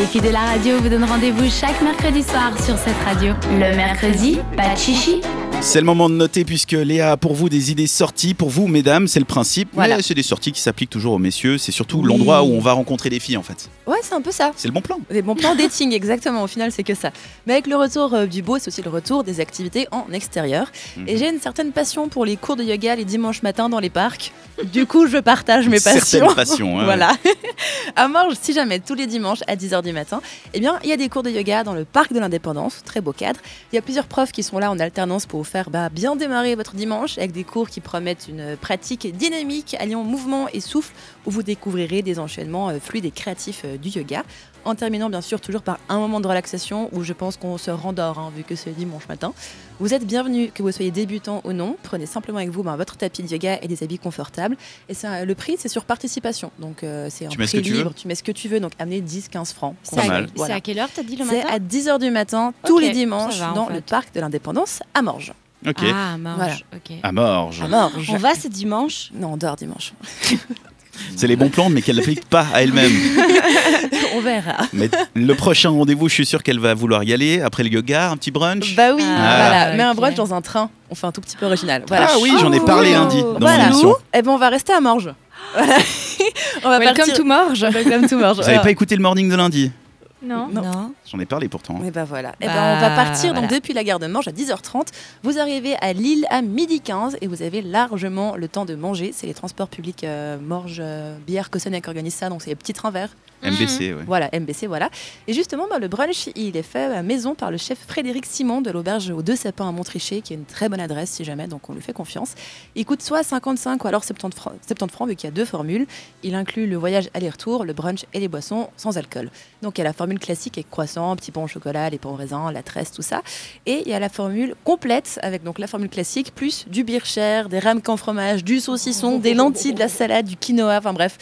Les filles de la radio vous donnent rendez-vous chaque mercredi soir sur cette radio. Le mercredi, pas de chichi. C'est le moment de noter puisque Léa a pour vous des idées sorties. Pour vous, mesdames, c'est le principe. Voilà. Mais c'est des sorties qui s'appliquent toujours aux messieurs. C'est surtout Oui. l'endroit où on va rencontrer les filles en fait. Ouais, c'est un peu ça. C'est le bon plan. Des bons plans dating, exactement. Au final, c'est que ça. Mais avec le retour euh, du beau, c'est aussi le retour des activités en extérieur. Mhm. Et j'ai une certaine passion pour les cours de yoga les dimanches matins dans les parcs. Du coup, je partage mes passions. Certaines passions. hein. Voilà. à Morges, si jamais, tous les dimanches à 10h du matin, eh bien, il y a des cours de yoga dans le parc de l'Indépendance, très beau cadre. Il y a plusieurs profs qui sont là en alternance pour vous faire bah, bien démarrer votre dimanche avec des cours qui promettent une pratique dynamique alliant mouvement et souffle où vous découvrirez des enchaînements euh, fluides et créatifs euh, du yoga. En terminant bien sûr toujours par un moment de relaxation où je pense qu'on se rendort hein, vu que c'est dimanche matin. Vous êtes bienvenus, que vous soyez débutant ou non. Prenez simplement avec vous bah, votre tapis de yoga et des habits confortables. Et ça, le prix, c'est sur participation. Donc euh, c'est un Tu mets ce prix que tu veux. libre. Tu mets ce que tu veux. Donc amenez 10-15 francs. Pas C'est à, mal. c'est Voilà. à quelle heure t'as dit le C'est matin à 10h du matin, tous Ok, les dimanches, ça va, en dans fait. le parc de l'indépendance à Morges. Ok. Ah, marche. Voilà. ok. À Morges. À Morges. On va ce dimanche Non, on dort dimanche. C'est les bons plans, mais qu'elle n'applique pas à elle-même. on verra. Mais le prochain rendez-vous, je suis sûr qu'elle va vouloir y aller. Après le yoga, un petit brunch. Bah oui, Ah. voilà. Mais un Ok. brunch dans un train, on fait un tout petit peu original. Voilà. Ah oui, j'en ai parlé Oh. lundi dans Voilà. l'émission. Eh ben, on va rester à Morges. Voilà. on va Welcome partir. to Morges Welcome to Morges. Vous n'avez pas écouté le morning de lundi Non. Non. J'en ai parlé pourtant. Et ben voilà. Eh ben, Bah, on va partir donc voilà. depuis la gare de Morges à 10h30. Vous arrivez à Lille à 12h15 et vous avez largement le temps de manger. C'est les transports publics euh, Morges, euh, Bière, Cossonay qui organisent ça. Donc c'est les petits trains verts. MBC, ouais. Voilà, MBC, voilà. Et justement, bah, le brunch, il est fait à maison par le chef Frédéric Simon de l'auberge aux Deux Sapins à Montricher, qui est une très bonne adresse si jamais, donc on lui fait confiance. Il coûte soit 55 ou alors 70 francs, 70 francs vu qu'il y a deux formules. Il inclut le voyage aller-retour, le brunch et les boissons sans alcool. Donc il y a la formule classique avec croissant, petit pain au chocolat, les pains au raisin, la tresse, tout ça. Et il y a la formule complète avec donc la formule classique plus du beer chair, des ramequins fromage, du saucisson, des lentilles, de la salade, du quinoa, enfin bref.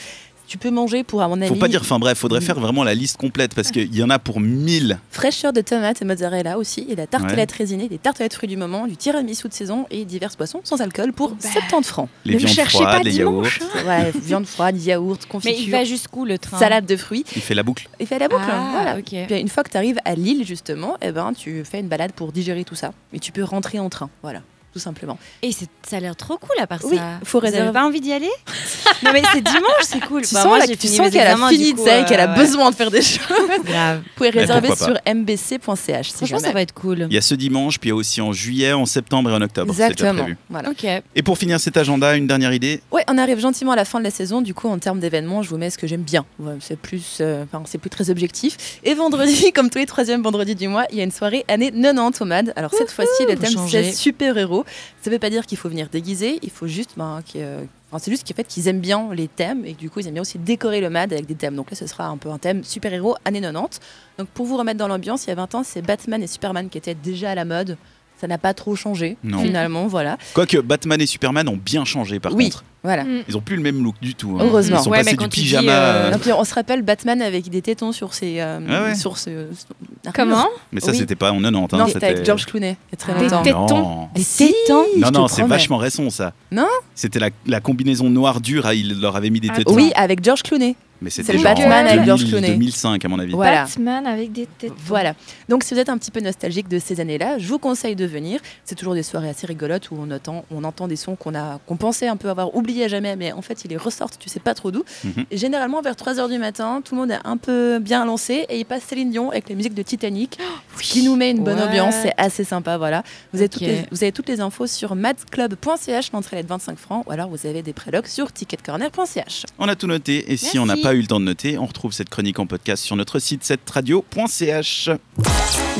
Tu peux manger pour, à mon avis, Faut pas dire, enfin bref, Mm. faudrait faire vraiment la liste complète parce qu'il y en a pour 1000. Fraîcheur de tomates et mozzarella aussi, et la tartelette résinée, des tartelettes fruits du moment, du tiramisu de saison et diverses boissons sans alcool pour Bah. 70 francs. Les Ne me viandes cherchez froides, pas les yaourts. dimanche. Ouais, viande froide, yaourt, Mais il confiture, va jusqu'où le train salade de fruits. Il fait la boucle. Et fait la boucle, hein, Ah, voilà. ok. Puis une fois que tu arrives à Lille justement, eh ben tu fais une balade pour digérer tout ça, et tu peux rentrer en train, voilà, tout simplement. Et c'est- ça a l'air trop cool à part Oui, ça. faut Vous avez réserver. pas envie d'y aller Non mais c'est dimanche, c'est cool. Tu Bah, sens, moi, là- j'ai tu fini sens mes qu'elle a examens, fini du de coup, ça et qu'elle a euh, ouais. besoin de faire des choses. Grave. Vous pouvez réserver Eh, pourquoi sur mbc.ch. si Franchement, ça jamais. va être cool. Il y a ce dimanche, puis il y a aussi en juillet, en septembre et en octobre. C'est déjà Exactement. prévu. Voilà. Ok. Et pour finir cet agenda, une dernière idée. Ouais, on arrive gentiment à la fin de la saison. Du coup, en termes d'événements, je vous mets ce que j'aime bien. Ouais, c'est plus, euh, enfin, c'est plus très objectif. Et vendredi, comme tous les troisièmes vendredis du mois, il y a une soirée année 90 au MAD. Alors cette fois-ci, le faut thème changer. c'est super héros. Ça veut pas dire qu'il faut venir déguisé. Il faut juste, ben, que- euh, enfin, c'est juste qu'en fait qu'ils aiment bien les thèmes et que, du coup ils aiment bien aussi décorer le MAD avec des thèmes. Donc là, ce sera un peu un thème super héros année 90. Donc pour vous remettre dans l'ambiance, il y a 20 ans, c'est Batman et Superman qui étaient déjà à la mode. Ça n'a pas trop changé Non. finalement, voilà. Quoique Batman et Superman ont bien changé par Oui. contre. Voilà. Ils ont plus le même look du tout. hein. Heureusement. Ils sont Ouais, mais passés du quand tu dis, pyjama. euh, euh, Ah Non, puis on se rappelle Batman avec des tétons sur ses. euh, Ouais, ouais. Sur ce, son armure. Comment Mais ça, oui. c'était pas en 90. hein, Non, c'était avec c'était- George Clooney il y a très Ah. longtemps. Des Non. Des tétons Non, je te non, c'est promets. vachement récent ça. Non C'était la, la combinaison noire dure, ah, il leur avait mis des Ah, tétons. Oui, avec George Clooney. mais c'est c'était le genre Batman avec George 2000, Clooney. 2005 à mon avis. Voilà. Batman avec des têtes. Voilà. Donc, si vous êtes un petit peu nostalgique de ces années-là, je vous conseille de venir. C'est toujours des soirées assez rigolotes où on entend, on entend des sons qu'on a, qu'on pensait un peu avoir oubliés à jamais, mais en fait, ils les ressortent, tu sais pas trop d'où. Mhm. Et Généralement, vers 3 h du matin, tout le monde est un peu bien lancé et il passe Céline Dion avec la musique de Titanic, ce qui nous met une bonne Oh, Ouais. ambiance. C'est assez sympa, voilà. Vous avez, toutes Ok. les, vous avez toutes les infos sur madclub.ch, l'entrée est de 25 francs, ou alors vous avez des prélogues sur ticketcorner.ch. On a tout noté et si on n'a Merci. pas eu le temps de noter, on retrouve cette chronique en podcast sur notre site setradio.ch.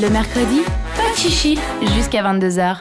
Le mercredi, pas de chichi jusqu'à 22h.